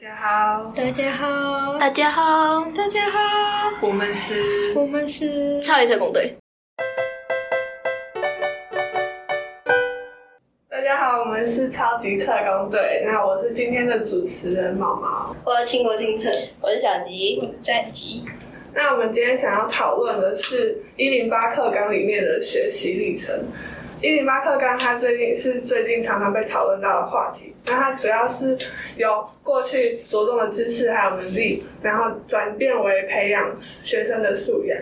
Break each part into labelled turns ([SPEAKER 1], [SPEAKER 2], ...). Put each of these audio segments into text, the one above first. [SPEAKER 1] 大家好，
[SPEAKER 2] 大家好，
[SPEAKER 3] 大家好，
[SPEAKER 1] 大家好，我们是
[SPEAKER 2] 我们是
[SPEAKER 3] 超级特工队。
[SPEAKER 1] 大家好，我们是超级特工队。那我是今天的主持人毛毛。
[SPEAKER 3] 我是倾国倾城，我是小吉。
[SPEAKER 2] 战机，
[SPEAKER 1] 那我们今天想要讨论的是一零八课纲里面的学习历程。一零八课纲它最近是最近常常被讨论到的话题。那它主要是由过去着重的知识还有能力，然后转变为培养学生的素养。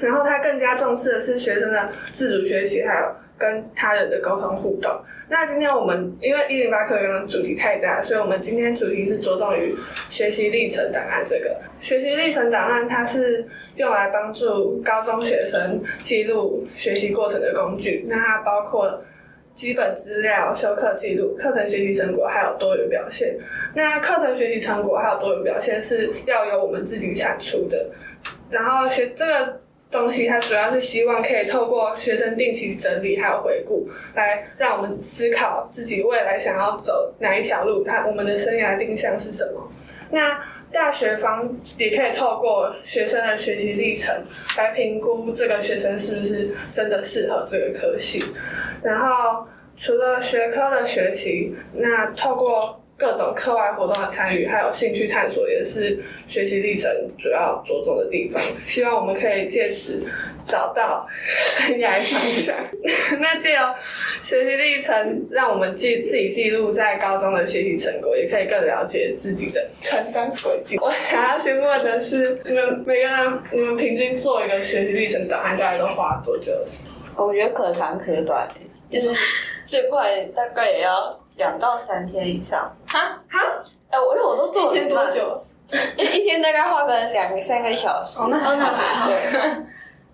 [SPEAKER 1] 然后它更加重视的是学生的自主学习，还有跟他人的沟通互动。那今天我们因为一零八课纲的主题太大，所以我们今天主题是着重于学习历程档案这个。学习历程档案它是用来帮助高中学生记录学习过程的工具，那它包括。基本资料、修课记录、课程学习成果，还有多元表现。那课程学习成果还有多元表现是要由我们自己产出的。然后学这个东西，它主要是希望可以透过学生定期整理还有回顾，来让我们思考自己未来想要走哪一条路，它我们的生涯定向是什么。那大学方也可以透过学生的学习历程来评估这个学生是不是真的适合这个科系。然后除了学科的学习，那透过各种课外活动的参与，还有兴趣探索，也是学习历程主要着重的地方。希望我们可以借此找到生涯方向。 那借由学习历程，让我们记自己记录在高中的学习成果，也可以更了解自己的成长轨迹。 我想要先问的是，你们每个人，你们平均做一个学习历程档案，大概都花多久的时间？
[SPEAKER 4] 我觉得可长可短、欸就是最快大概也要两到三天以上。
[SPEAKER 2] 哈，
[SPEAKER 4] 哎、我因为我都做
[SPEAKER 2] 一
[SPEAKER 4] 很
[SPEAKER 2] 天多
[SPEAKER 4] 慢？
[SPEAKER 2] 久？
[SPEAKER 4] 一天大概花个两个三个小时。
[SPEAKER 2] 哦，那还好
[SPEAKER 3] 好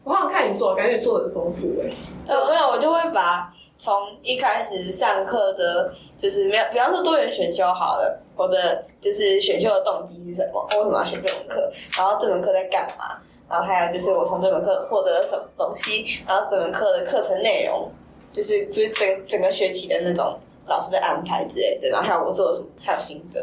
[SPEAKER 1] 我好像看你做，感觉你做的很丰富哎、
[SPEAKER 4] 呃，没有，我就会把从一开始上课的，就是没有，比方说多元选修好了，我的就是选修的动机是什么？我为什么要选这门课？然后这门课在干嘛？然后还有就是我从这门课获得了什么东西？然后这门课的课程内容，就是就是整整个学期的那种老师的安排之类的。然后还有我做了什么，还有心得，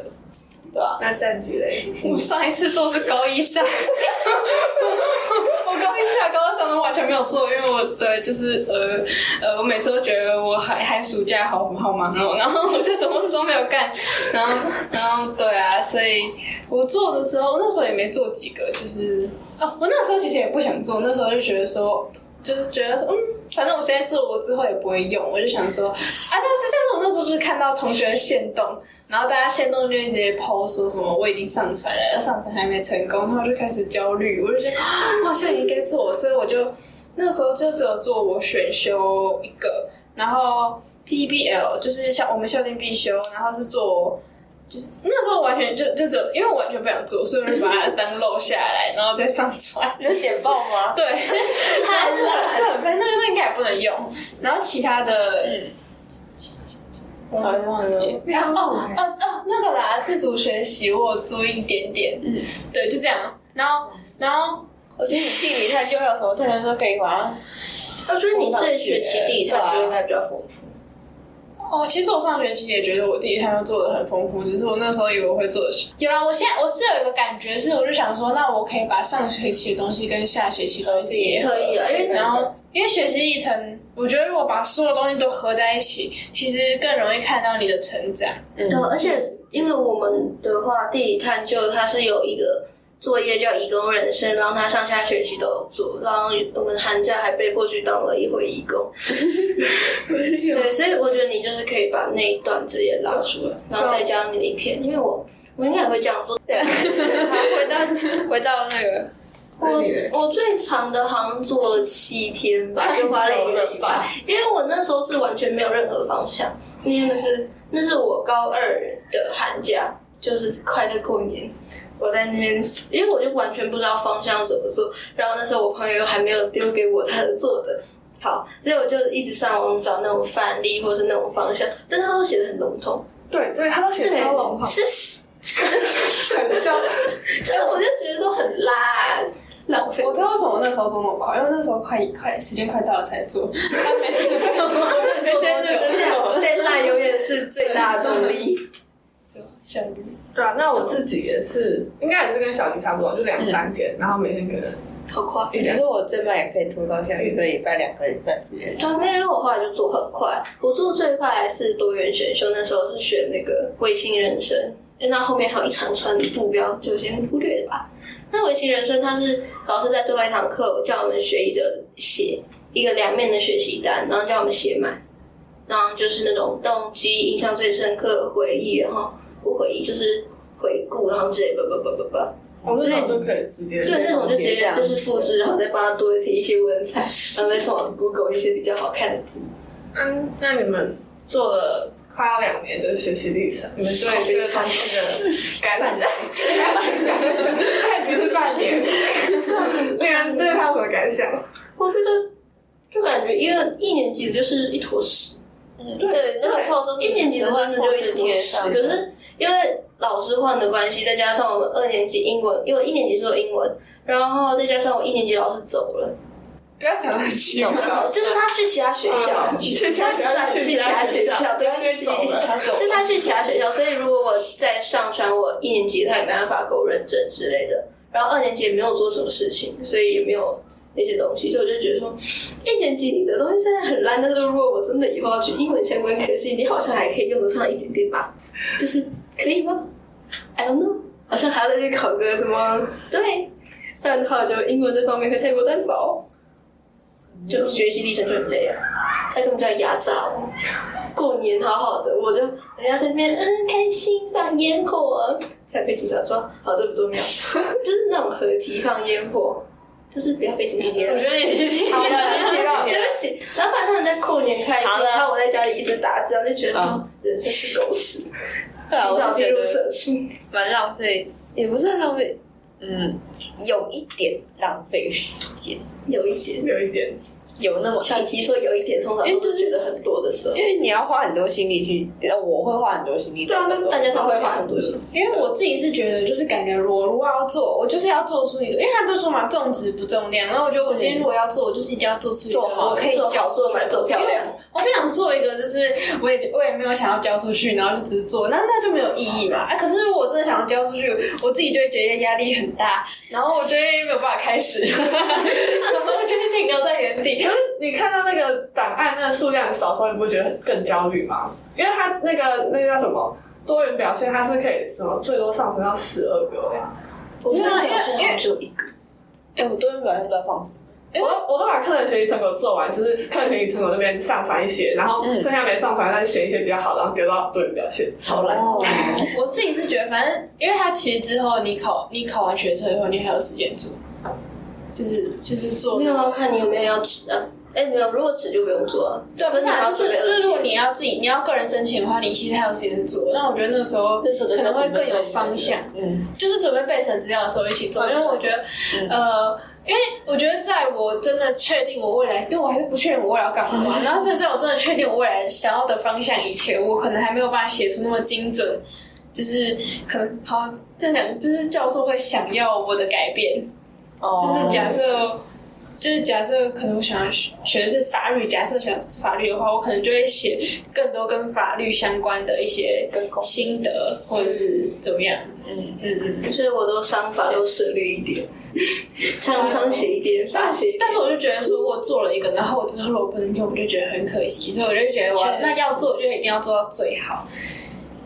[SPEAKER 4] 对吧、
[SPEAKER 1] 那战绩 嘞？
[SPEAKER 2] 我上一次做是高一下，我高一下、高二上都完全没有做，因为我的就是呃呃，我每次都觉得我寒寒暑假好好忙哦，然后我就什么事都没有干，然后然后对啊，所以我做的时候，那时候也没做几个，就是哦，我那时候其实也不想做，那时候就觉得说，就是觉得说，嗯，反正我现在做我之后也不会用，我就想说啊，但是但是我那时候不是看到同学的线动，然后大家线动就一直 PO 说什么我已经上传了，上传还没成功，然后我就开始焦虑，我就觉得 啊我好像也应该做，所以我就那时候就只有做我选修一个，然后 PBL 就是像我们校定必修，然后是做。就是那时候完全就就只有，因为我完全不想做，所以我就把它单漏下来，然后再上传。
[SPEAKER 4] 你是简报吗？
[SPEAKER 2] 对， 然后就很就很笨，那个那应该也不能用。然后其他的，嗯，我好像忘记。
[SPEAKER 1] 没有
[SPEAKER 2] 哦哦哦，那个啦，自主学习我有做一点点，嗯，对，就这样。然后然后
[SPEAKER 4] 我觉得你地理太就有什么特别说可以玩。
[SPEAKER 3] 我觉得你这学期地理探究应该比较丰富。
[SPEAKER 2] 哦，其实我上学期也觉得我第一堂就做的很丰富，只是我那时候以为我会做的。有啦，我现在我是有一个感觉是，我就想说，那我可以把上学期的东西跟下学期的东西结合，
[SPEAKER 3] 可以啊因为
[SPEAKER 2] 然后因为学习历程，我觉得如果把所有东西都合在一起，其实更容易看到你的成长。
[SPEAKER 4] 嗯
[SPEAKER 3] 对，而且因为我们的话，地理探究它是有一个作业叫“义工人生”，然后它上下学期都有做，然后我们寒假还被迫去当了一回义工。对，所以我觉得你就是可以把那一段直接拉出来，然后再加上你的影片，因为我我应该也会这样做。
[SPEAKER 4] 对，好回到回到那个，
[SPEAKER 3] 我我最长的好像做了七天吧，就花了一个礼拜，因为我那时候是完全没有任何方向，因为那是那是我高二的寒假，就是快乐过年，我在那边，因为我就完全不知道方向怎么做，然后那时候我朋友还没有丢给我他的做的。好，所以我就一直上网找那种范例或是那种方向，但他都写的很笼统，
[SPEAKER 1] 对对，他都写
[SPEAKER 3] 很
[SPEAKER 1] 超笼 统，
[SPEAKER 3] 是
[SPEAKER 1] 很像。
[SPEAKER 3] 这个我就觉得说很烂，浪费。
[SPEAKER 2] 我知道为什 么那时候做那么快，因为那时候快快时间快到了才 做，但啊没事做，不知道做多久。
[SPEAKER 3] 对，烂永远是最大的动力。
[SPEAKER 2] 对，效率。
[SPEAKER 1] 对啊，那我自己也是，应该也是跟小迪差不多，就两三天，然后每天可能
[SPEAKER 3] 好快。
[SPEAKER 1] 一
[SPEAKER 4] 可
[SPEAKER 1] 两
[SPEAKER 4] 是 我最慢也可以拖到像一个礼拜、两个礼拜之类的。
[SPEAKER 3] 对，因为我后来就做很快，我做最快还是多元选修，那时候是选那个微星人生，诶那后面还有一长串的副标，就先忽略了吧。那微星人生，它是老师在最后一堂课叫我们学习者写一个两面的学习单，然后叫我们写满，然后就是呃那种动机、印象最深刻、回忆，然后不回忆就是回顾，然后之类，不不不不不。
[SPEAKER 1] 我们那种就可以直接
[SPEAKER 3] 对，那种就直接就是复制，然后再帮他多提一些文采， 然后再上网 Google 一些比较好看的字。
[SPEAKER 1] 嗯，那你们做了快要两年的学习历程，你们对这个东西的感想？ 太不是半年， 对啊，对他有什么感想？
[SPEAKER 3] 我觉得就感觉一个一年级的就是一坨屎，
[SPEAKER 4] 嗯，对，那个时候都是
[SPEAKER 3] 一年级的真的就一坨
[SPEAKER 4] 贴
[SPEAKER 3] 屎。
[SPEAKER 4] 上，
[SPEAKER 3] 可是因为老师换的关系，再加上我们二年级英文，因为我一年级是有英文，然后再加上我一年级老师走了，
[SPEAKER 2] 不要讲得很奇怪，
[SPEAKER 3] 然后就是他去其他学校，
[SPEAKER 1] 嗯去其他学校
[SPEAKER 3] 他 转去其他学校，对
[SPEAKER 1] 不
[SPEAKER 3] 不
[SPEAKER 1] 要再走
[SPEAKER 3] 起。
[SPEAKER 1] 了
[SPEAKER 4] 他走
[SPEAKER 3] 就是他去其他学校，所以如果我再上传我一年级，他也没办法给我认证之类的。然后二年级也没有做什么事情，所以也没有那些东西，所以我就觉得说，一年级你的东西虽然很烂，但是如果我真的以后要去英文相关科系，你好像还可以用得上一点点吧？就是可以吗？I don't know，好像还要再去考个什么？对，不然的话，我觉得英文这方面会太过单薄，就学习历程就很累啊，他根本就要压榨我。过年好好的，我就人家在那边嗯开心放烟火，啊才被主角说好这不 重要，就是那种合体放烟火，就是不要被情 节
[SPEAKER 4] 我
[SPEAKER 3] 了。
[SPEAKER 4] 觉得也是
[SPEAKER 1] 好了别让
[SPEAKER 3] 对不起，然后反正他们在过年开心
[SPEAKER 4] 好，了
[SPEAKER 3] 然后我在家里一直打字，我就觉得说
[SPEAKER 4] 好
[SPEAKER 3] 人生是狗屎，提
[SPEAKER 4] 对啊，
[SPEAKER 3] 早
[SPEAKER 4] 我
[SPEAKER 3] 进
[SPEAKER 4] 觉
[SPEAKER 3] 入
[SPEAKER 4] 得
[SPEAKER 3] 社畜。
[SPEAKER 4] 蛮浪费，也不是很浪费，嗯，有一点浪费时间，
[SPEAKER 3] 有一点，
[SPEAKER 1] 有一点，
[SPEAKER 4] 有那么
[SPEAKER 3] 小
[SPEAKER 4] 一
[SPEAKER 3] 提说有一点，通常
[SPEAKER 4] 因为
[SPEAKER 3] 都
[SPEAKER 4] 就是
[SPEAKER 3] 是觉得很多的时候，
[SPEAKER 4] 因为你要花很多心力去，呃，我会花很多心力。
[SPEAKER 1] 对啊但是
[SPEAKER 3] 大家都会花很多心。
[SPEAKER 2] 因为我自己是觉得，就是感觉我如果要做，我就是要做出一个，因为他不是说嘛，重质不重量。然后我觉得我今天如果要做，我就是一定要做出一个
[SPEAKER 4] 做好
[SPEAKER 2] 我可以
[SPEAKER 3] 做
[SPEAKER 2] 交
[SPEAKER 3] 好做满做漂亮
[SPEAKER 2] 因为我我不想做一个，就是我也我也没有想要交出去，然后就只是做，那那就没有意义嘛。啊，可是如果我真的想要交出去，我自己就会觉得压力很大，然后我就会没有办法开始，然后我就会停留在原地。
[SPEAKER 1] 你看到那个档案那个数量少的时候，你不觉得更焦虑吗？因为它那个那个叫什么多元表现，它是可以什么最多上升到十二个哎、
[SPEAKER 3] 我觉得
[SPEAKER 2] 因为
[SPEAKER 3] 表现
[SPEAKER 2] 因
[SPEAKER 3] 好
[SPEAKER 2] 为
[SPEAKER 3] 只有一个，
[SPEAKER 4] 哎，我多元表现都在放松。
[SPEAKER 1] 哎我都我都把课程学习成果做完，就是课程学习成果那边上传一些，然后
[SPEAKER 4] 嗯
[SPEAKER 1] 剩下没上传，再选一些比较好的，然后丢到多元表现。
[SPEAKER 3] 超烂。
[SPEAKER 4] 哦，
[SPEAKER 2] 我自己是觉得，反正因为他其实之后你考你考完学测以后，你还有时间做，就是就是做
[SPEAKER 3] 没有要看你有没有要吃啊。哎、没有，如果吃就不用做啊。
[SPEAKER 2] 对，不
[SPEAKER 3] 可
[SPEAKER 2] 是
[SPEAKER 3] 你还
[SPEAKER 2] 啊，
[SPEAKER 3] 要
[SPEAKER 2] 就是
[SPEAKER 3] 准备
[SPEAKER 2] 就是，如果
[SPEAKER 3] 二十
[SPEAKER 2] 你要自己你要个人申请的话，你其实还有时间做。那我觉得那时候
[SPEAKER 4] 那时候
[SPEAKER 2] 可能会更有方向，
[SPEAKER 4] 嗯，
[SPEAKER 2] 就是准备备审资料的时候一起做，
[SPEAKER 4] 嗯
[SPEAKER 2] 因为我觉得
[SPEAKER 4] 嗯
[SPEAKER 2] 呃。因为我觉得，在我真的确定我未来，因为我还是不确定我未来要干嘛嘛，然后所以在我真的确定我未来想要的方向以前，我可能还没有办法写出那么精准，就是可能好这样讲，就是教授会想要我的改变，
[SPEAKER 4] 哦
[SPEAKER 2] 就是假设，就是假设，可能我想要学学的是法律，假设想要是法律的话，我可能就会写更多跟法律相关的一些
[SPEAKER 4] 跟工
[SPEAKER 2] 心得，或者是怎么样。
[SPEAKER 4] 嗯，
[SPEAKER 2] 嗯嗯。
[SPEAKER 3] 所以我都商法都省略一 点，常常写一点，法写一点。
[SPEAKER 2] 但是我就觉得说，我做了一个，然后我之后如果不能用，我就觉得很可惜，所以我就觉得我要
[SPEAKER 4] 确实
[SPEAKER 2] 那要做就一定要做到最好。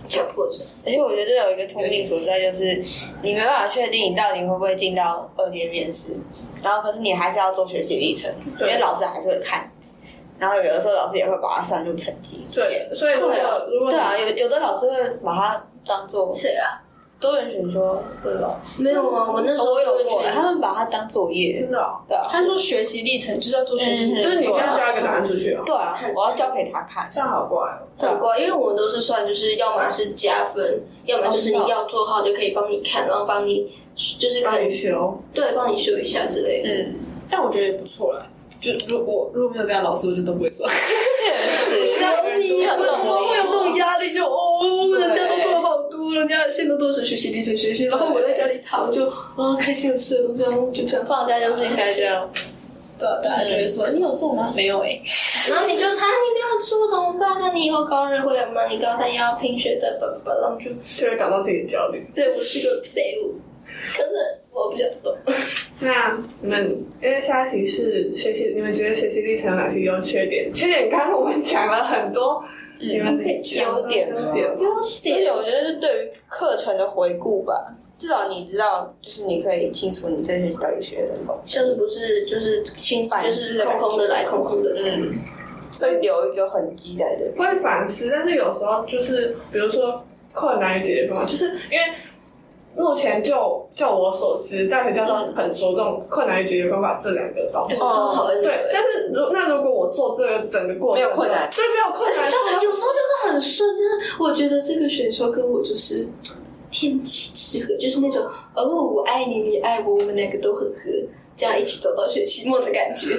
[SPEAKER 3] 强迫症，
[SPEAKER 4] 而且我觉得有一个通病所在，就是你没办法确定你到底会不会进到二阶面试，然后可是你还是要做学习历程，因
[SPEAKER 1] 对
[SPEAKER 4] 为老师还是会看，然后有的时候老师也会把它算入成绩。
[SPEAKER 1] 对，所以如果
[SPEAKER 4] 对啊
[SPEAKER 1] 如果
[SPEAKER 4] 对啊，有有的老师会把它当做
[SPEAKER 3] 谁啊？
[SPEAKER 4] 多元选修对吧？
[SPEAKER 3] 没有啊，我那时候
[SPEAKER 4] 我有
[SPEAKER 3] 就
[SPEAKER 4] 过
[SPEAKER 3] 觉，得
[SPEAKER 4] 他们把它当作业
[SPEAKER 1] 真，的哦、
[SPEAKER 4] 对啊，
[SPEAKER 2] 他说学习历程就是要做学习历
[SPEAKER 4] 嗯
[SPEAKER 1] 就
[SPEAKER 2] 程，
[SPEAKER 1] 是你
[SPEAKER 4] 对
[SPEAKER 1] 跟
[SPEAKER 4] 啊
[SPEAKER 1] 他交一个答案出去啊，
[SPEAKER 4] 对啊，我要交给他看。
[SPEAKER 1] 这样好怪哦、
[SPEAKER 3] 很怪，因为我们都是算，就是要么是加分，要么哦就是你要做好就可以帮你看，然后帮你就是
[SPEAKER 4] 啊
[SPEAKER 3] 可
[SPEAKER 1] 帮你
[SPEAKER 3] 以
[SPEAKER 1] 修。
[SPEAKER 3] 对帮你修一下之类的。
[SPEAKER 4] 嗯，
[SPEAKER 2] 但我觉得也不错啦。就如果如果没有这样的老师，我就都不会做。
[SPEAKER 4] 确
[SPEAKER 3] 啊
[SPEAKER 4] 实，
[SPEAKER 2] 有人
[SPEAKER 3] 你
[SPEAKER 2] 有
[SPEAKER 4] 这种
[SPEAKER 3] 会有那种压力，就哦，人家都
[SPEAKER 2] 对
[SPEAKER 3] 做好多，人家现在都是学习历程学习，然后我在家里躺就啊、开心的吃的东西，然后就这样。
[SPEAKER 4] 放假就是应该这样。
[SPEAKER 2] 对啊，大家就会说你有做吗？没有哎、
[SPEAKER 3] 然后你就他你没有做怎么办？那你以后高二会干嘛？你高三又要拼学这本本，然后就
[SPEAKER 1] 就会感到自己焦虑。
[SPEAKER 3] 对我是个废物。可是我比较懂，
[SPEAKER 1] 那你们，因为下一题是学习，你们觉得学习历程有哪些优缺点？缺点刚刚我们讲了很多，
[SPEAKER 4] 嗯
[SPEAKER 1] 你们
[SPEAKER 3] 可以
[SPEAKER 1] 讲
[SPEAKER 4] 优点吗
[SPEAKER 1] 优点吗
[SPEAKER 3] 优
[SPEAKER 4] 这点
[SPEAKER 3] 点
[SPEAKER 4] 我觉得是对于课程的回顾吧，至少你知道，就是你可以清楚你这学期到底学了什么东西，
[SPEAKER 3] 就是不是就是清
[SPEAKER 4] 反
[SPEAKER 3] 就
[SPEAKER 4] 思
[SPEAKER 3] 是
[SPEAKER 4] 的
[SPEAKER 3] 空
[SPEAKER 4] 感觉
[SPEAKER 3] 空的来空空的走。
[SPEAKER 4] 嗯，会留一个痕迹在这里。
[SPEAKER 1] 会反思，但是有时候就是，比如说困难与解决方法，就是因为目前就就我所知，大学教授很着重困难与解决方法这两个东
[SPEAKER 3] 我
[SPEAKER 1] 西。
[SPEAKER 3] 超讨厌这
[SPEAKER 1] 对
[SPEAKER 3] 个，
[SPEAKER 1] 但是如那如果我做这个整个过程
[SPEAKER 4] 没有困难
[SPEAKER 1] 对，没有困难，
[SPEAKER 3] 但有时候就是很顺，就是我觉得这个选修跟我就是天气之合，就是那种哦，我爱你，你爱我，我们两个都很合，这样一起走到学期末的感觉。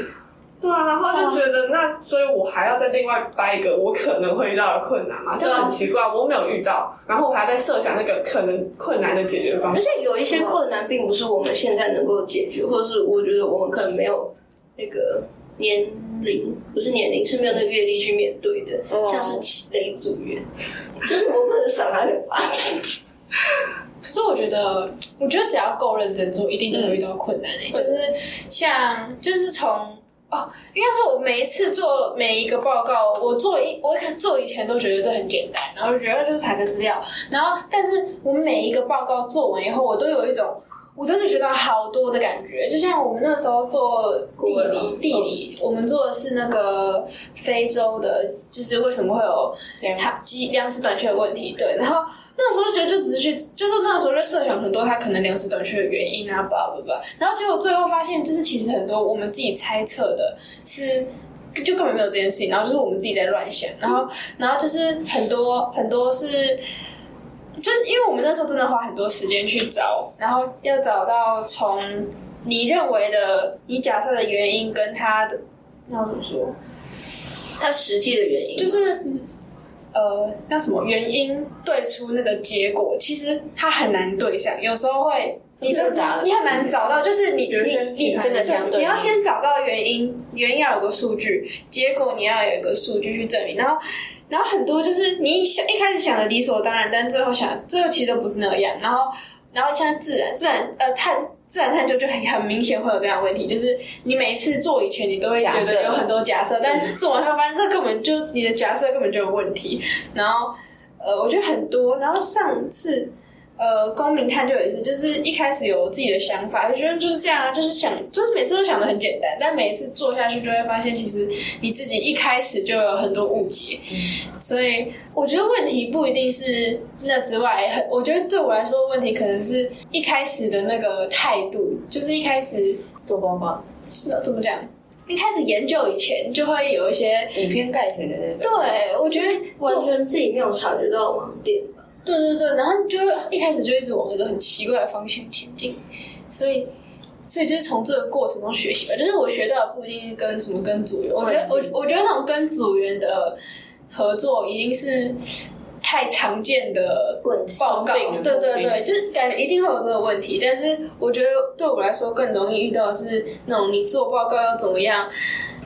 [SPEAKER 1] 对啊，然后就觉得那，所以我还要再另外掰一个我可能会遇到的困难嘛，就
[SPEAKER 3] 对啊
[SPEAKER 1] 很奇怪，我没有遇到，然后我还在设想那个可能困难的解决方
[SPEAKER 3] 而
[SPEAKER 1] 法。
[SPEAKER 3] 且有一些困难并不是我们现在能够解决，或者是我觉得我们可能没有那个年龄，不是年龄，是没有那个阅历去面对的，
[SPEAKER 4] 哦
[SPEAKER 3] 像是气雷组员，就是我不能赏他两巴掌。
[SPEAKER 2] 可是我觉得，我觉得只要够认真做，一定都会遇到困难诶、就是像，就是从哦，应该说，我每一次做每一个报告，我做一我看做以前都觉得这很简单，然后就觉得就是查个资料，然后但是我每一个报告做完以后，我都有一种。我真的学到好多的感觉，就像我们那时候做地
[SPEAKER 3] 国文
[SPEAKER 2] 理，
[SPEAKER 3] 哦
[SPEAKER 2] 地理，我们做的是那个非洲的，就是为什么会有它鸡粮食短缺的问题，对，然后那时候觉得就只是去，就是那时候就设想很多它可能粮食短缺的原因啊，吧吧吧，然后结果最后发现，就是其实很多我们自己猜测的是。就根本没有这件事情，然后就是我们自己在乱想，然后，然后就是很多很多是，就是因为我们那时候真的花很多时间去找，然后要找到从你认为的、你假设的原因跟他的，那要怎么说？
[SPEAKER 3] 他实际的原因
[SPEAKER 2] 就是呃，那什么原因对出那个结果，其实它很难对上，有时候会你真
[SPEAKER 4] 复杂
[SPEAKER 2] 的
[SPEAKER 4] 的
[SPEAKER 2] 你很难找到，就是你
[SPEAKER 1] 有一
[SPEAKER 2] 你
[SPEAKER 1] 些
[SPEAKER 2] 你
[SPEAKER 1] 其他
[SPEAKER 4] 真的相对
[SPEAKER 2] 你要先找到原因，原因要有个数据，结果你要有一个数据去证明，然后。然后很多就是你想一开始想的理所当然，但最后想最后其实都不是那样。然后然后像自然自然呃探自然探究就很很明显会有这样的问题，就是你每次做以前你都会觉
[SPEAKER 4] 假设
[SPEAKER 2] 得有很多假设，但做完后发现这根本就你的假设根本就有问题。然后呃，我觉得很多，然后上次。呃，公民探究也是，就是一开始有自己的想法，就觉得就是这样啊，就是想，就是每次都想的很简单，但每一次做下去就会发现，其实你自己一开始就有很多误解，所以我觉得问题不一定是那之外，很我觉得对我来说问题可能是一开始的那个态度，就是一开始
[SPEAKER 4] 做报告，
[SPEAKER 2] 怎么讲，一开始研究以前就会有一些，
[SPEAKER 4] 以偏概全的那种。
[SPEAKER 2] 对我觉得
[SPEAKER 3] 完
[SPEAKER 2] 做
[SPEAKER 3] 全自己没有察觉到盲点吧。
[SPEAKER 2] 对对对，然后你就会一开始就一直往一个很奇怪的方向前进，所以。所以就是从这个过程中学习吧，就是我学到的不一定是跟什么跟组员，我觉得我我觉得那种跟组员的合作已经是太常见的
[SPEAKER 3] 问题
[SPEAKER 2] 报告嗯
[SPEAKER 4] 通病，
[SPEAKER 2] 对对
[SPEAKER 4] 通
[SPEAKER 2] 对，就是感觉一定会有这个问题。但是我觉得对我来说更容易遇到的是那种你做报告要怎么样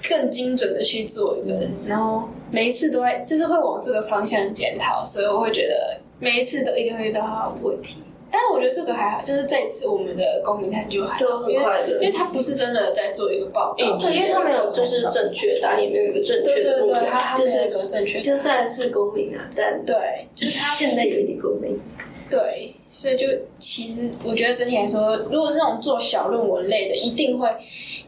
[SPEAKER 2] 更精准的去做一个，然后每一次都会就是会往这个方向检讨，所以我会觉得每一次都一定会遇到他的问题。但是我觉得这个还好，就是这一次我们的公民探究还
[SPEAKER 3] 就
[SPEAKER 2] 好，
[SPEAKER 3] 很
[SPEAKER 2] 因为
[SPEAKER 3] 快乐
[SPEAKER 2] 因为他不是真的在做一个报告
[SPEAKER 4] 嗯，
[SPEAKER 3] 对，因为他没有就是正确答案，也没有一个正确的目标
[SPEAKER 2] 对对对他，
[SPEAKER 3] 就
[SPEAKER 2] 他没有一个
[SPEAKER 3] 是
[SPEAKER 2] 正确
[SPEAKER 3] 就算是公民啊，但
[SPEAKER 2] 对，就是他
[SPEAKER 3] 现在有一点公民。
[SPEAKER 2] 对，所以就其实我觉得整体来说，如果是那种做小论文类的，一定会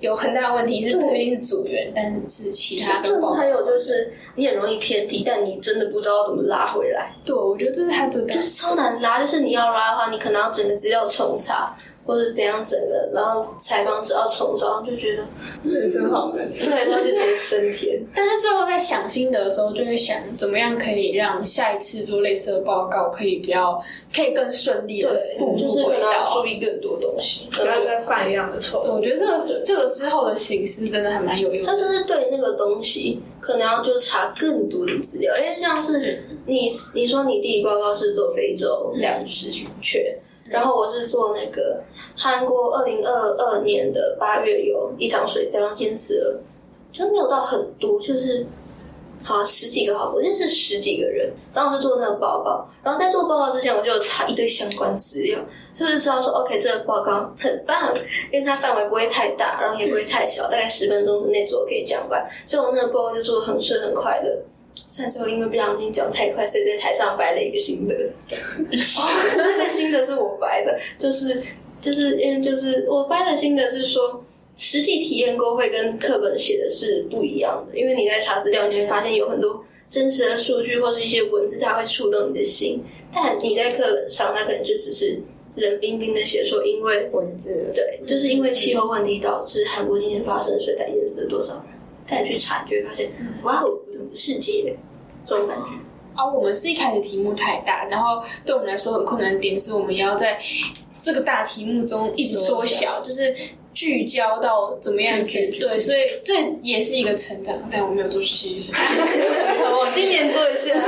[SPEAKER 2] 有很大的问题，是不一定是组员，但是是其他的报告
[SPEAKER 3] 还。有就是，你很容易偏题，但你真的不知道怎么拉回来，
[SPEAKER 2] 对，我觉得这是他最大
[SPEAKER 3] 就
[SPEAKER 2] 的。
[SPEAKER 3] 是超难拉。就是你要拉的话，你可能要整个资料重查，或者怎样整个，然后采访者要重找，就觉得
[SPEAKER 1] 人生好难。
[SPEAKER 3] 对，然后就直接 升天。
[SPEAKER 2] 但是最后在想心得的时候，就会想怎么样可以让下一次做类似的报告可以比较可以更顺利的步
[SPEAKER 3] 就
[SPEAKER 2] 入
[SPEAKER 3] 是可
[SPEAKER 2] 轨
[SPEAKER 3] 能要
[SPEAKER 2] 道
[SPEAKER 3] 注。意更多东西。
[SPEAKER 1] 不要再犯一样的错
[SPEAKER 2] 对
[SPEAKER 1] 误。
[SPEAKER 2] 我觉得这个这个之后的形式真的还蛮有用
[SPEAKER 3] 他就
[SPEAKER 2] 的。
[SPEAKER 3] 是对那个东西可能要就查更多的资料，因为像是你你说你地理报告是做非洲粮食缺，然后我是做那个韩国二零二二年的八月有一场水灾，然后淹死了，就没有到很多，就是好像十几个好，我记得是十几个人。然后我就做那个报告，然后在做报告之前，我就有查一堆相关资料，就是知道说 OK 这个报告很棒，因为它范围不会太大，然后也不会太小，大概十分钟之内做可以讲完。所以我那个报告就做的很顺很快乐。虽然最后因为不小心讲太快，所以在台上掰了一个新的。 那个新的是我掰的，就是就是因为就是我掰的新的是说，实际体验过会跟课本写的是不一样的，因为你在查资料，你会发现有很多真实的数据或是一些文字，它会触动你的心，但你在课本上，它可能就只是冷冰冰的写说，因为
[SPEAKER 4] 文字
[SPEAKER 3] 对，就是因为气候问题导致韩国今天发生水灾淹死了多少人，但你去查，你就会发现，哇哦，不同的世界，这种感觉。
[SPEAKER 2] 啊，我们是一开始题目太大，然后对我们来说很困难的点是，我们要在这个大题目中一直缩小，就是聚焦到怎么样子
[SPEAKER 4] 聚。聚
[SPEAKER 2] 对，所以这也是一个成长，但我没有做出些什么。
[SPEAKER 3] 哦我今年做一下，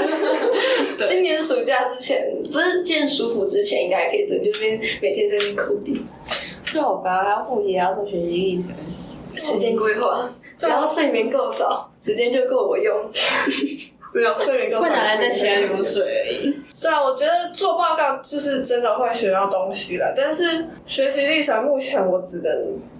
[SPEAKER 3] 今年暑假之前，不是见舒服之前，应该还可以做，就边每天在那边哭地，
[SPEAKER 4] 就好烦，啊还要复习，还要做学习历程。
[SPEAKER 3] 时间规划，只要睡眠够少，时间就够我用。
[SPEAKER 1] 没有睡眠够。
[SPEAKER 2] 会拿来在其他流水而已。
[SPEAKER 1] 对啊，我觉得做报告就是真的会学到东西了，但是学习历程目前我只能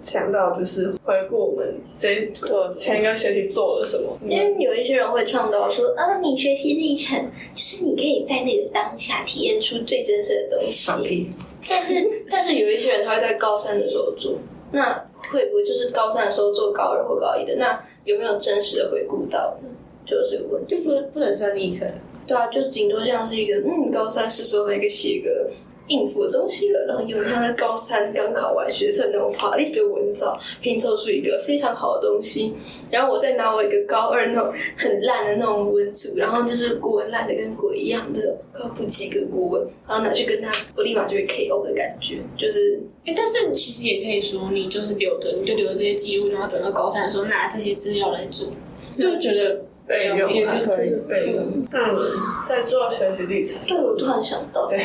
[SPEAKER 1] 想到就是回顾我们这一个前一个学期做了什么。
[SPEAKER 3] 因为有一些人会倡导说，啊，你学习历程就是你可以在那个当下体验出最真实的东西。
[SPEAKER 4] 屁！
[SPEAKER 3] 但是，但是有一些人他会在高三的时候做，那会不会就是高三的时候做高二或高一的？那有没有真实的回顾到呢？就是个问题。
[SPEAKER 4] 就不不能算历程，
[SPEAKER 3] 对啊，就顶多像是一个嗯，高三是时候来一个写个应付的东西了，然后用他的高三刚考完学测那种华丽的文藻拼凑出一个非常好的东西，然后我再拿我一个高二那种很烂的那种文组，然后就是国文烂的跟鬼一样的，快要不及格国文，然后拿去跟他，我立马就会 KO 的感觉，就是
[SPEAKER 2] 哎、但是其实也可以说，你就是留着，你就留着这些记录，然后等到高三的时候拿这些资料来做，就觉得
[SPEAKER 1] 备用
[SPEAKER 2] 也
[SPEAKER 1] 嗯是
[SPEAKER 4] 可以。
[SPEAKER 1] 对，嗯，在做学习历程。
[SPEAKER 3] 对，啊我突然想到，
[SPEAKER 1] 对，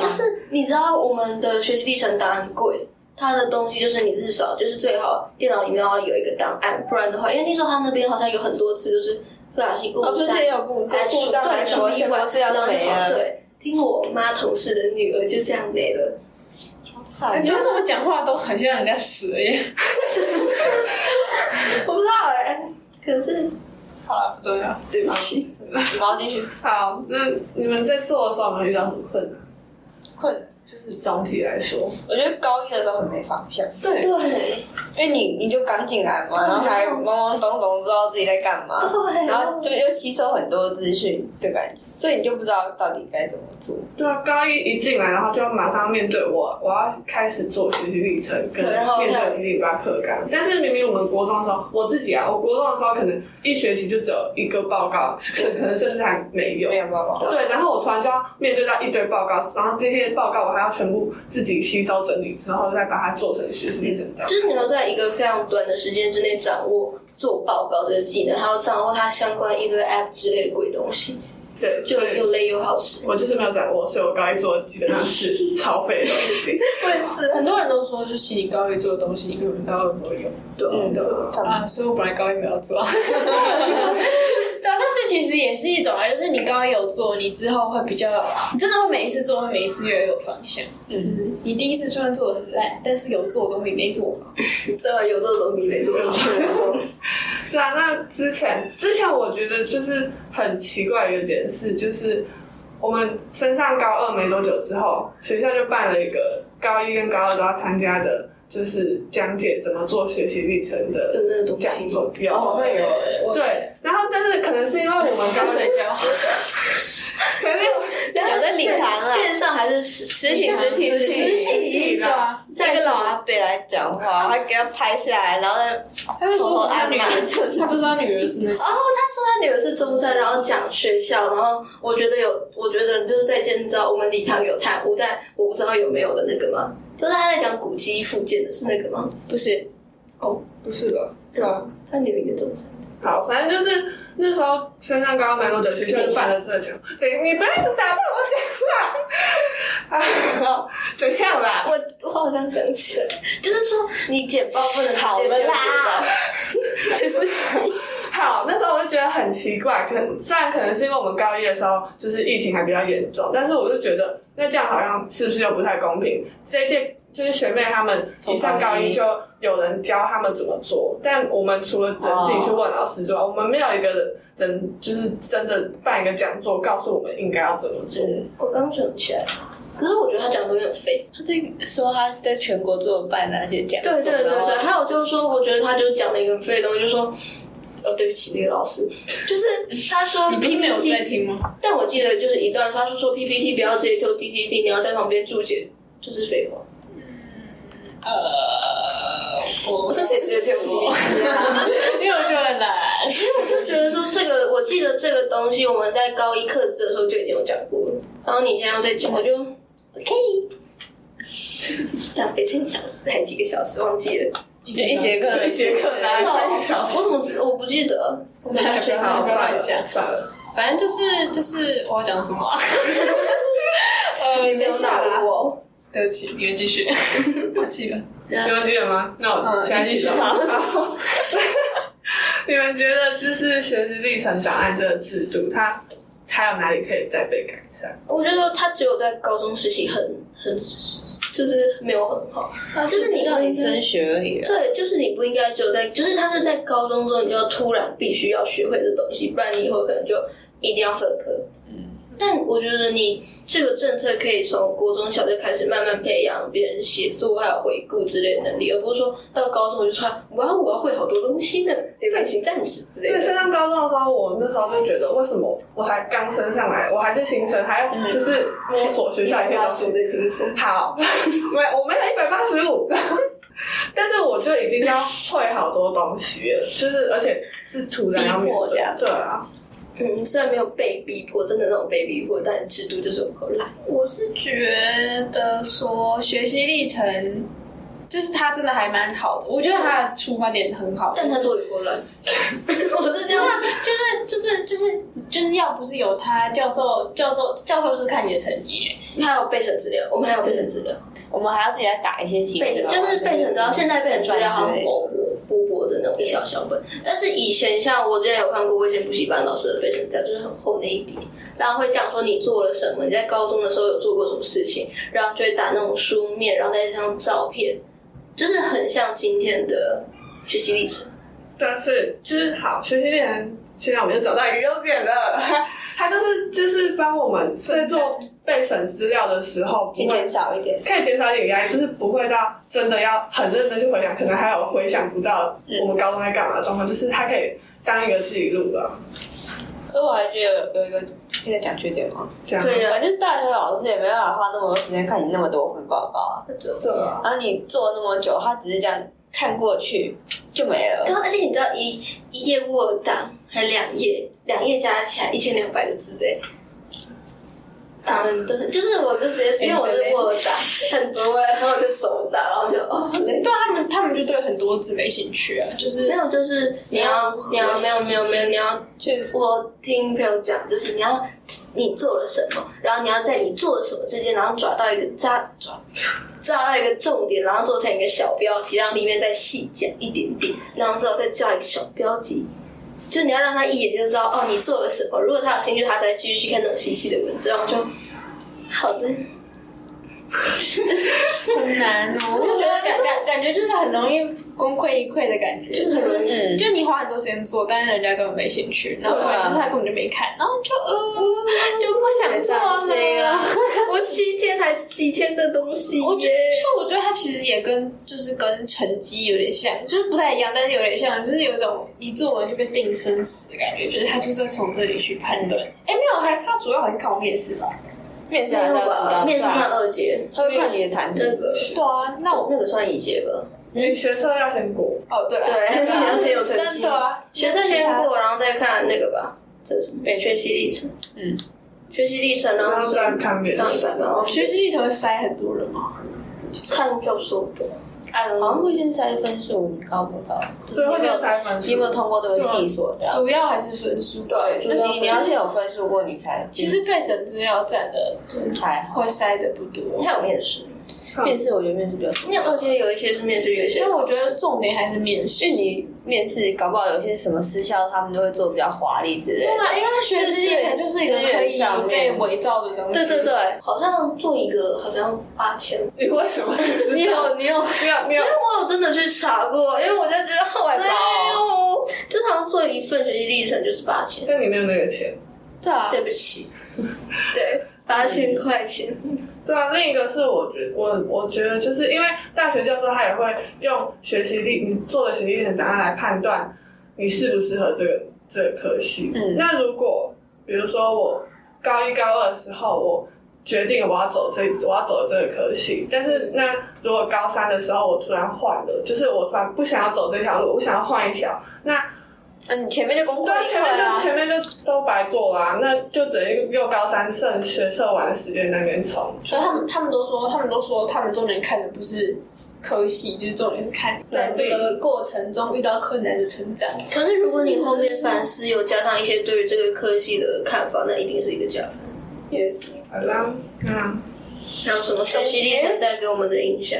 [SPEAKER 3] 就是你知道我们的学习历程档案柜，它的东西就是你至少就是最好电脑里面要有一个档案，不然的话，因为听说他那边好像有很多次就是不小心误
[SPEAKER 4] 哦，之
[SPEAKER 3] 删，
[SPEAKER 4] 前有故
[SPEAKER 3] 还
[SPEAKER 4] 故障来
[SPEAKER 3] 出
[SPEAKER 4] 说，
[SPEAKER 3] 对出
[SPEAKER 4] 全
[SPEAKER 3] 意
[SPEAKER 4] 部
[SPEAKER 3] 外，
[SPEAKER 4] 都这样
[SPEAKER 3] 然后就
[SPEAKER 4] 没
[SPEAKER 3] 好
[SPEAKER 4] 啊，
[SPEAKER 3] 对，听我妈同事的女儿就这样没了。
[SPEAKER 4] 好
[SPEAKER 2] 你
[SPEAKER 4] 惨啊
[SPEAKER 2] 为什么讲话都很像人家死了耶？
[SPEAKER 3] 我不知道哎、可是
[SPEAKER 2] 好了，不重要。
[SPEAKER 3] 对不起，
[SPEAKER 4] 然后继续
[SPEAKER 1] 好，那你们在做的时候有没有遇到什么困难？
[SPEAKER 4] 困难。
[SPEAKER 1] 就是总体来说，
[SPEAKER 4] 我觉得高一的时候很没方向，
[SPEAKER 3] 对哦对，
[SPEAKER 4] 因为你你就刚进来嘛，然后还懵懵懂懂，不知道自己在干嘛，然后就又吸收很多资讯的感觉，所以你就不知道到底该怎么做。
[SPEAKER 1] 对啊，高一一进来，然后就要马上面对我，我要开始做学习历程，跟
[SPEAKER 3] 然后
[SPEAKER 1] 面对一零八课纲。但是明明我们国中的时候，我自己啊，我国中的时候可能一学期就只有一个报告， 甚可能甚至还没有
[SPEAKER 4] 没。有办法，
[SPEAKER 1] 对，然后我突然就要面对到一堆报告，然后这些报告我还要全部自己吸收整理，然后再把它做成学习历程档。
[SPEAKER 3] 就是你要在一个非常短的时间之内掌握做报告这个技能，还有掌握它相关一堆 app 之类的鬼东西，
[SPEAKER 1] 对，
[SPEAKER 3] 就
[SPEAKER 1] 所以
[SPEAKER 3] 又累又耗时。
[SPEAKER 1] 我就是没有掌握，所以我高一做的基本上是 超费的东西。
[SPEAKER 3] 我也是
[SPEAKER 2] 很多人都说，就其实你高一做的东西，你根本高二不会有。
[SPEAKER 1] 对啊
[SPEAKER 4] 嗯
[SPEAKER 1] 对啊
[SPEAKER 4] 干嘛
[SPEAKER 2] 啊，所以我本来高一没有做。 对啊，但是其实也是一种啊，就是你高一有做，你之后会比较，你真的会每一次做，会每一次越来越有方向。就是你第一次虽然做的很烂，但是有做总比没做好。
[SPEAKER 3] 对啊，有这种你没做好。
[SPEAKER 1] 对啊，那之前之前我觉得就是很奇怪的一个点是，就是我们升上高二没多久之后，学校就办了一个高一跟高二都要参加的，就是讲解怎么做学习历程的
[SPEAKER 3] 呃有那个东
[SPEAKER 1] 讲
[SPEAKER 3] 西
[SPEAKER 1] 座，比较
[SPEAKER 4] 哦会有
[SPEAKER 2] 我
[SPEAKER 1] 对，然后但是可能是因为我们
[SPEAKER 2] 跟
[SPEAKER 1] 刚
[SPEAKER 2] 睡 觉。
[SPEAKER 1] 可能是
[SPEAKER 3] 然后
[SPEAKER 4] 有在领堂啊
[SPEAKER 3] 线上还是实
[SPEAKER 4] 实体实体
[SPEAKER 3] 实体
[SPEAKER 2] 对啊，
[SPEAKER 4] 那
[SPEAKER 3] 在
[SPEAKER 4] 个老阿伯来讲话，还给他拍下来，然后
[SPEAKER 2] 他是说他女儿，他不是他女儿是那个
[SPEAKER 3] 哦，他说他女儿是中山，然后讲学校，然后我觉得有，我觉得就是在建造我们礼堂有太湖，但我不知道有没有的那个吗？就是他在讲古迹复建的是那个吗？
[SPEAKER 4] 不是
[SPEAKER 1] 不是的，对啊。
[SPEAKER 3] 他女儿也中山，
[SPEAKER 1] 好，反正就是那时候升上高没多久，学校就办了这个讲，对你不要一直打断我讲话。 啊，怎样啦？
[SPEAKER 3] 我我好像想起来，就是说你简报不能
[SPEAKER 4] 好了啦，
[SPEAKER 3] 对不起，
[SPEAKER 1] 好，那时候我就觉得很奇怪，可能虽然可能是因为我们高一的时候就是疫情还比较严重，但是我就觉得那这样好像是不是又不太公平？这一届就是学妹她们一上高一就有人教她们怎么做，但我们除了只能自己去问老师之外，我们没有一个人就是真的办一个讲座告诉我们应该要怎么做。
[SPEAKER 3] 我刚想起来，可是我觉得他讲的东西很废。
[SPEAKER 4] 他在说他在全国做办哪些讲座，
[SPEAKER 3] 对对对
[SPEAKER 4] 然后
[SPEAKER 3] 对，还有就是说，我觉得他就讲了一个废东西，就说。哦，对不起，那个老师，就是他 说
[SPEAKER 2] 你不是没有
[SPEAKER 3] PPT
[SPEAKER 2] 在听吗？
[SPEAKER 3] 但我记得就是一段，他就说 PPT 不要直接丢 DCT，你要在旁边注解，就是废话。
[SPEAKER 2] 呃，我
[SPEAKER 4] 是谁直接骗 我？
[SPEAKER 2] 因为我觉得 很难。
[SPEAKER 3] 我就觉得说这个，我记得这个东西我们在高一课资的时候就已经有讲过了，然后你现在又在讲，我就 OK。浪费三小时还几个小时忘记了，
[SPEAKER 4] 一节课
[SPEAKER 1] 这一节课大概三个小时
[SPEAKER 3] 我，怎么知我不记得？我没
[SPEAKER 2] 太
[SPEAKER 3] 睡
[SPEAKER 2] 可
[SPEAKER 1] 嗯
[SPEAKER 3] 着
[SPEAKER 1] 好，
[SPEAKER 2] 怕了
[SPEAKER 1] 算了算了，
[SPEAKER 2] 反正就是就是我要讲什么、啊？呃，
[SPEAKER 3] 哦没啊有脑
[SPEAKER 2] 等一下啦
[SPEAKER 3] 过。
[SPEAKER 2] 对不起，你们继 续，忘记了。
[SPEAKER 1] 你们记得吗？那我
[SPEAKER 2] 嗯
[SPEAKER 1] 下一
[SPEAKER 2] 你继
[SPEAKER 1] 题
[SPEAKER 2] 续
[SPEAKER 1] 了。
[SPEAKER 2] 好
[SPEAKER 1] 好你们觉得就是学习历程档案这个制度，它它有哪里可以再被改善？
[SPEAKER 3] 我觉得他只有在高中时期很很，就是没有很好。
[SPEAKER 4] 啊
[SPEAKER 3] 就是你
[SPEAKER 4] 到底升学而已啊。
[SPEAKER 3] 对，就是你不应该只有在，就是他是在高中之后，你就要突然必须要学会这东西，不然你以后可能就一定要分科。嗯但我觉得你这个政策可以从国中小就开始慢慢培养别人写作还有回顾之类的能力，而不是说到高中我就突然我要我要会好多东西呢，变形战士之类
[SPEAKER 1] 对，
[SPEAKER 3] 的。
[SPEAKER 1] 升上高中的时候，我那时候就觉得，为什么我才刚升上来，我还是新生，还要就是嗯摸索学校一些东西。
[SPEAKER 3] 的精神，
[SPEAKER 1] 好， 没，我没有一百八十五， 但是我就已经要会好多东西了，就是而且是突然要面
[SPEAKER 4] 逼迫这样
[SPEAKER 1] 对啊，
[SPEAKER 3] 嗯，虽然没有被逼迫，真的那种被逼迫，但制度就是我够懒。
[SPEAKER 2] 我是觉得说学习历程，就是他真的还蛮好的，我觉得他的出发点很好，
[SPEAKER 3] 但他
[SPEAKER 2] 就是
[SPEAKER 3] 做也够懒，我是这样。
[SPEAKER 2] 就是就是就是就是要不是有他教授教授教授就是看你的成绩耶，
[SPEAKER 3] 还有备审资料，我们还有备审资料，
[SPEAKER 4] 我们还要自己来打一些题目
[SPEAKER 3] 备审就是备审资料，现在备审资料好像薄薄薄薄的那种一小小本，但是以前像我之前有看过，我以前补习班老师的备审资料就是很厚那一叠，然后会讲说你做了什么，你在高中的时候有做过什么事情，然后就会打那种书面，然后再加上照片，就是很像今天的学习历程。
[SPEAKER 1] 但是就是好学习历程，现在我们就找到一个优点了， 它就是就是帮我们在做备审资料的时候
[SPEAKER 4] 可
[SPEAKER 1] 不
[SPEAKER 4] 以减
[SPEAKER 1] 会。
[SPEAKER 4] 少一点。
[SPEAKER 1] 可以减少一点压力，就是不会到真的要很认真去回想，可能还有回想不到我们高中在干嘛的状况，就是它可以当一个记录了。
[SPEAKER 4] 可是我还觉得有一个可以再讲缺点吗？
[SPEAKER 1] 这样
[SPEAKER 3] 对啊呀、
[SPEAKER 4] 哦反正大学老师也没办法花那么多时间看你那么多份报告啊，
[SPEAKER 1] 对啊，
[SPEAKER 4] 然后你做那么久，他只是这样看过去就没
[SPEAKER 3] 然
[SPEAKER 4] 了。
[SPEAKER 3] 后，而且你知道一一页 Word 档还两页，两页加起来一千两百个字哎，打的都就是我就直接因为我是 Word 档很多哎，然后我就手打，然后就哦好累。
[SPEAKER 2] 对啊他们他们就对很多字没兴趣啊，就是
[SPEAKER 3] 没有，就是你要你要没有没有没有你要，
[SPEAKER 4] 确实，
[SPEAKER 3] 我听朋友讲，就是你要你做了什么，然后你要在你做了什么之间，然后抓到一个抓抓抓到一个重点，然后做成一个小标题，让里面再细讲一点点，然后之后再加一个小标题，就你要让他一眼就知道哦你做了什么。如果他有兴趣，他才继续去看那种细细的文字，然后就好的。
[SPEAKER 2] 很难哦，我就觉得感感感觉就是很容易功亏一篑的感觉，
[SPEAKER 3] 就是很容易
[SPEAKER 4] 嗯
[SPEAKER 2] 就你花很多时间做，但是人家根本没兴趣，然后
[SPEAKER 3] 对啊嗯
[SPEAKER 2] 他根本就没看，然后就呃就不想做
[SPEAKER 4] 谁
[SPEAKER 2] 了
[SPEAKER 4] 啊。
[SPEAKER 3] 我七天还是几天的东西耶，
[SPEAKER 2] 我觉得，就我觉得它其实也跟就是跟成绩有点像，就是不太一样，但是有点像，就是有一种一作文就被定生死的感觉，就是他就是会从这里去判断。
[SPEAKER 3] 嗯
[SPEAKER 2] 哎、没有，还看主要还是看我面试吧。
[SPEAKER 4] 面试
[SPEAKER 3] 没
[SPEAKER 4] 还是
[SPEAKER 3] 有
[SPEAKER 4] 要知道
[SPEAKER 3] 吧？，啊面试算
[SPEAKER 4] 他
[SPEAKER 3] 二阶，
[SPEAKER 4] 会看你的谈
[SPEAKER 3] 那
[SPEAKER 4] 吐。
[SPEAKER 3] 个
[SPEAKER 2] 对啊，那我
[SPEAKER 3] 那个算一阶吧。
[SPEAKER 1] 你学车要先过，
[SPEAKER 2] 哦对了，
[SPEAKER 3] 对
[SPEAKER 2] 啊
[SPEAKER 3] 你要先有成
[SPEAKER 2] 那
[SPEAKER 3] 绩
[SPEAKER 2] 对啊，
[SPEAKER 3] 学生先过，然后再看那个吧，这是什么？
[SPEAKER 4] 备
[SPEAKER 3] 学习历程。
[SPEAKER 4] 嗯，
[SPEAKER 3] 学习历程，然
[SPEAKER 1] 然
[SPEAKER 3] 后
[SPEAKER 1] 后
[SPEAKER 3] 再
[SPEAKER 1] 再看面
[SPEAKER 3] 到一
[SPEAKER 1] 试
[SPEAKER 3] 百。八，然后
[SPEAKER 2] 学习历程会筛很多人吗？
[SPEAKER 3] 看教授本。哎 I don't
[SPEAKER 4] 好
[SPEAKER 3] know
[SPEAKER 4] 像会先筛分数，你高不高？
[SPEAKER 1] 所以会
[SPEAKER 4] 你有
[SPEAKER 1] 先筛分数
[SPEAKER 4] 你有没有通过这个系所？这样
[SPEAKER 2] 主要还是分数。
[SPEAKER 4] 对，
[SPEAKER 2] 那
[SPEAKER 4] 你你要先有分数过，你才
[SPEAKER 2] 啊其实配审资料占的就是
[SPEAKER 4] 还好。
[SPEAKER 2] 会筛的不多，
[SPEAKER 3] 还有面试，
[SPEAKER 4] 面试我觉得面试比较重
[SPEAKER 3] 那我觉得有一些是面试，有一些
[SPEAKER 2] 因为我
[SPEAKER 3] 考
[SPEAKER 2] 觉得重点还是面试。
[SPEAKER 4] 要，因为你面试搞不好有些什么私校，他们就会做比较华丽之类
[SPEAKER 2] 对
[SPEAKER 4] 的。
[SPEAKER 2] 啊，因为学习历程就是一个可以被伪造的东西。
[SPEAKER 4] 对对对，
[SPEAKER 3] 好像做一个好像八千，因
[SPEAKER 1] 你为什么知道？
[SPEAKER 2] 你有你有
[SPEAKER 1] 没有没有
[SPEAKER 3] 为我有真的去查过，因为我就觉得好玩
[SPEAKER 4] 外
[SPEAKER 2] 啊
[SPEAKER 4] 包
[SPEAKER 3] 哦，就是好像做一份学习历程就是八千，
[SPEAKER 1] 但你没有那个钱。
[SPEAKER 4] 对啊，
[SPEAKER 3] 对不起，对，八千块钱，
[SPEAKER 1] 对啊，另一个是我觉我我觉得就是因为大学教授他也会用学习历你做的学习历程档案来判断你适不适合这个这个科系。
[SPEAKER 4] 嗯
[SPEAKER 1] 那如果比如说我高一高二的时候我。决定我要走这我要走这个科系，但是那如果高三的时候我突然换了，就是我突然不想要走这条路，我想要换一条，那
[SPEAKER 4] 那你前面就功
[SPEAKER 1] 对
[SPEAKER 4] 亏
[SPEAKER 1] 啊，
[SPEAKER 4] 一
[SPEAKER 1] 前面就前
[SPEAKER 4] 篑啊。
[SPEAKER 1] 面就都白做啦、那就只能又高三剩学测完的时间在那边冲。
[SPEAKER 2] 所以他们他们都说，他们都说，他们重点看的不是科系，就是重点是看在这个过程中遇到困难的成长。
[SPEAKER 3] 可是如果你后面反思有加上一些对于这个科系的看法，那一定是一个加分。
[SPEAKER 1] 好啦，那
[SPEAKER 3] 还有什么学习历程带给我们的影响？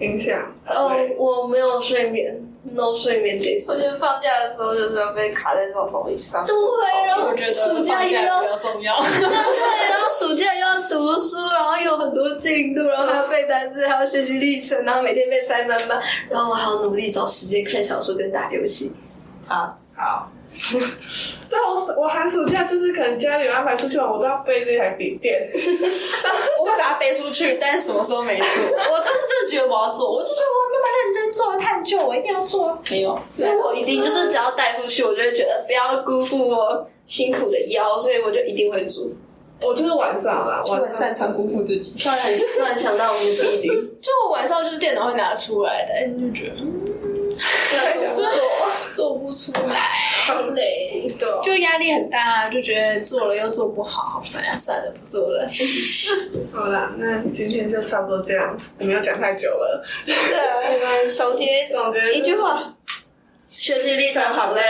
[SPEAKER 1] 影响
[SPEAKER 3] 哦
[SPEAKER 1] 很累，
[SPEAKER 3] 我没有睡眠，no 睡眠 days。
[SPEAKER 4] 我觉得放假的时候就是要被卡在这种东西上。
[SPEAKER 3] 对，然后
[SPEAKER 2] 我觉得
[SPEAKER 3] 暑
[SPEAKER 2] 放
[SPEAKER 3] 假
[SPEAKER 2] 假
[SPEAKER 3] 又
[SPEAKER 2] 比
[SPEAKER 3] 要
[SPEAKER 2] 较重要。
[SPEAKER 3] 对，然后暑假又要读书，然后有很多进度，然后还要背单词，还要学习历程，然后每天被塞满满，然后我还要努力找时间看小说跟打游戏。
[SPEAKER 4] 好，
[SPEAKER 1] 好。 对，我我寒暑假就是可能家里有安排出去玩，我都要背这台笔电。
[SPEAKER 2] 我会把它背出去，但是什么时候没做？我当时真的觉得我要做，我就觉得我那么认真做探究，我一定要做啊。没有，
[SPEAKER 3] 那我一定就是只要带出去，我就会觉得不要辜负我辛苦的腰，所以我就一定会做。
[SPEAKER 1] 我就是晚上啦，
[SPEAKER 2] 我
[SPEAKER 1] 晚
[SPEAKER 2] 很
[SPEAKER 1] 上
[SPEAKER 2] 擅长辜负自己。
[SPEAKER 3] 突然突然想到我们的弟弟，
[SPEAKER 2] 就我晚上就是电脑会拿出来的，你就觉得嗯
[SPEAKER 3] 要怎么做？
[SPEAKER 2] 做不出来，
[SPEAKER 3] 好累，对啊。
[SPEAKER 2] 就压力很大啊，就觉得做了又做不好，好烦啊！算了，不做了。
[SPEAKER 1] 好啦，那今天就差不多这样，我们又讲太久了。
[SPEAKER 4] 对，总结
[SPEAKER 1] 总结就是
[SPEAKER 4] 一句话，
[SPEAKER 3] 学习历程好累。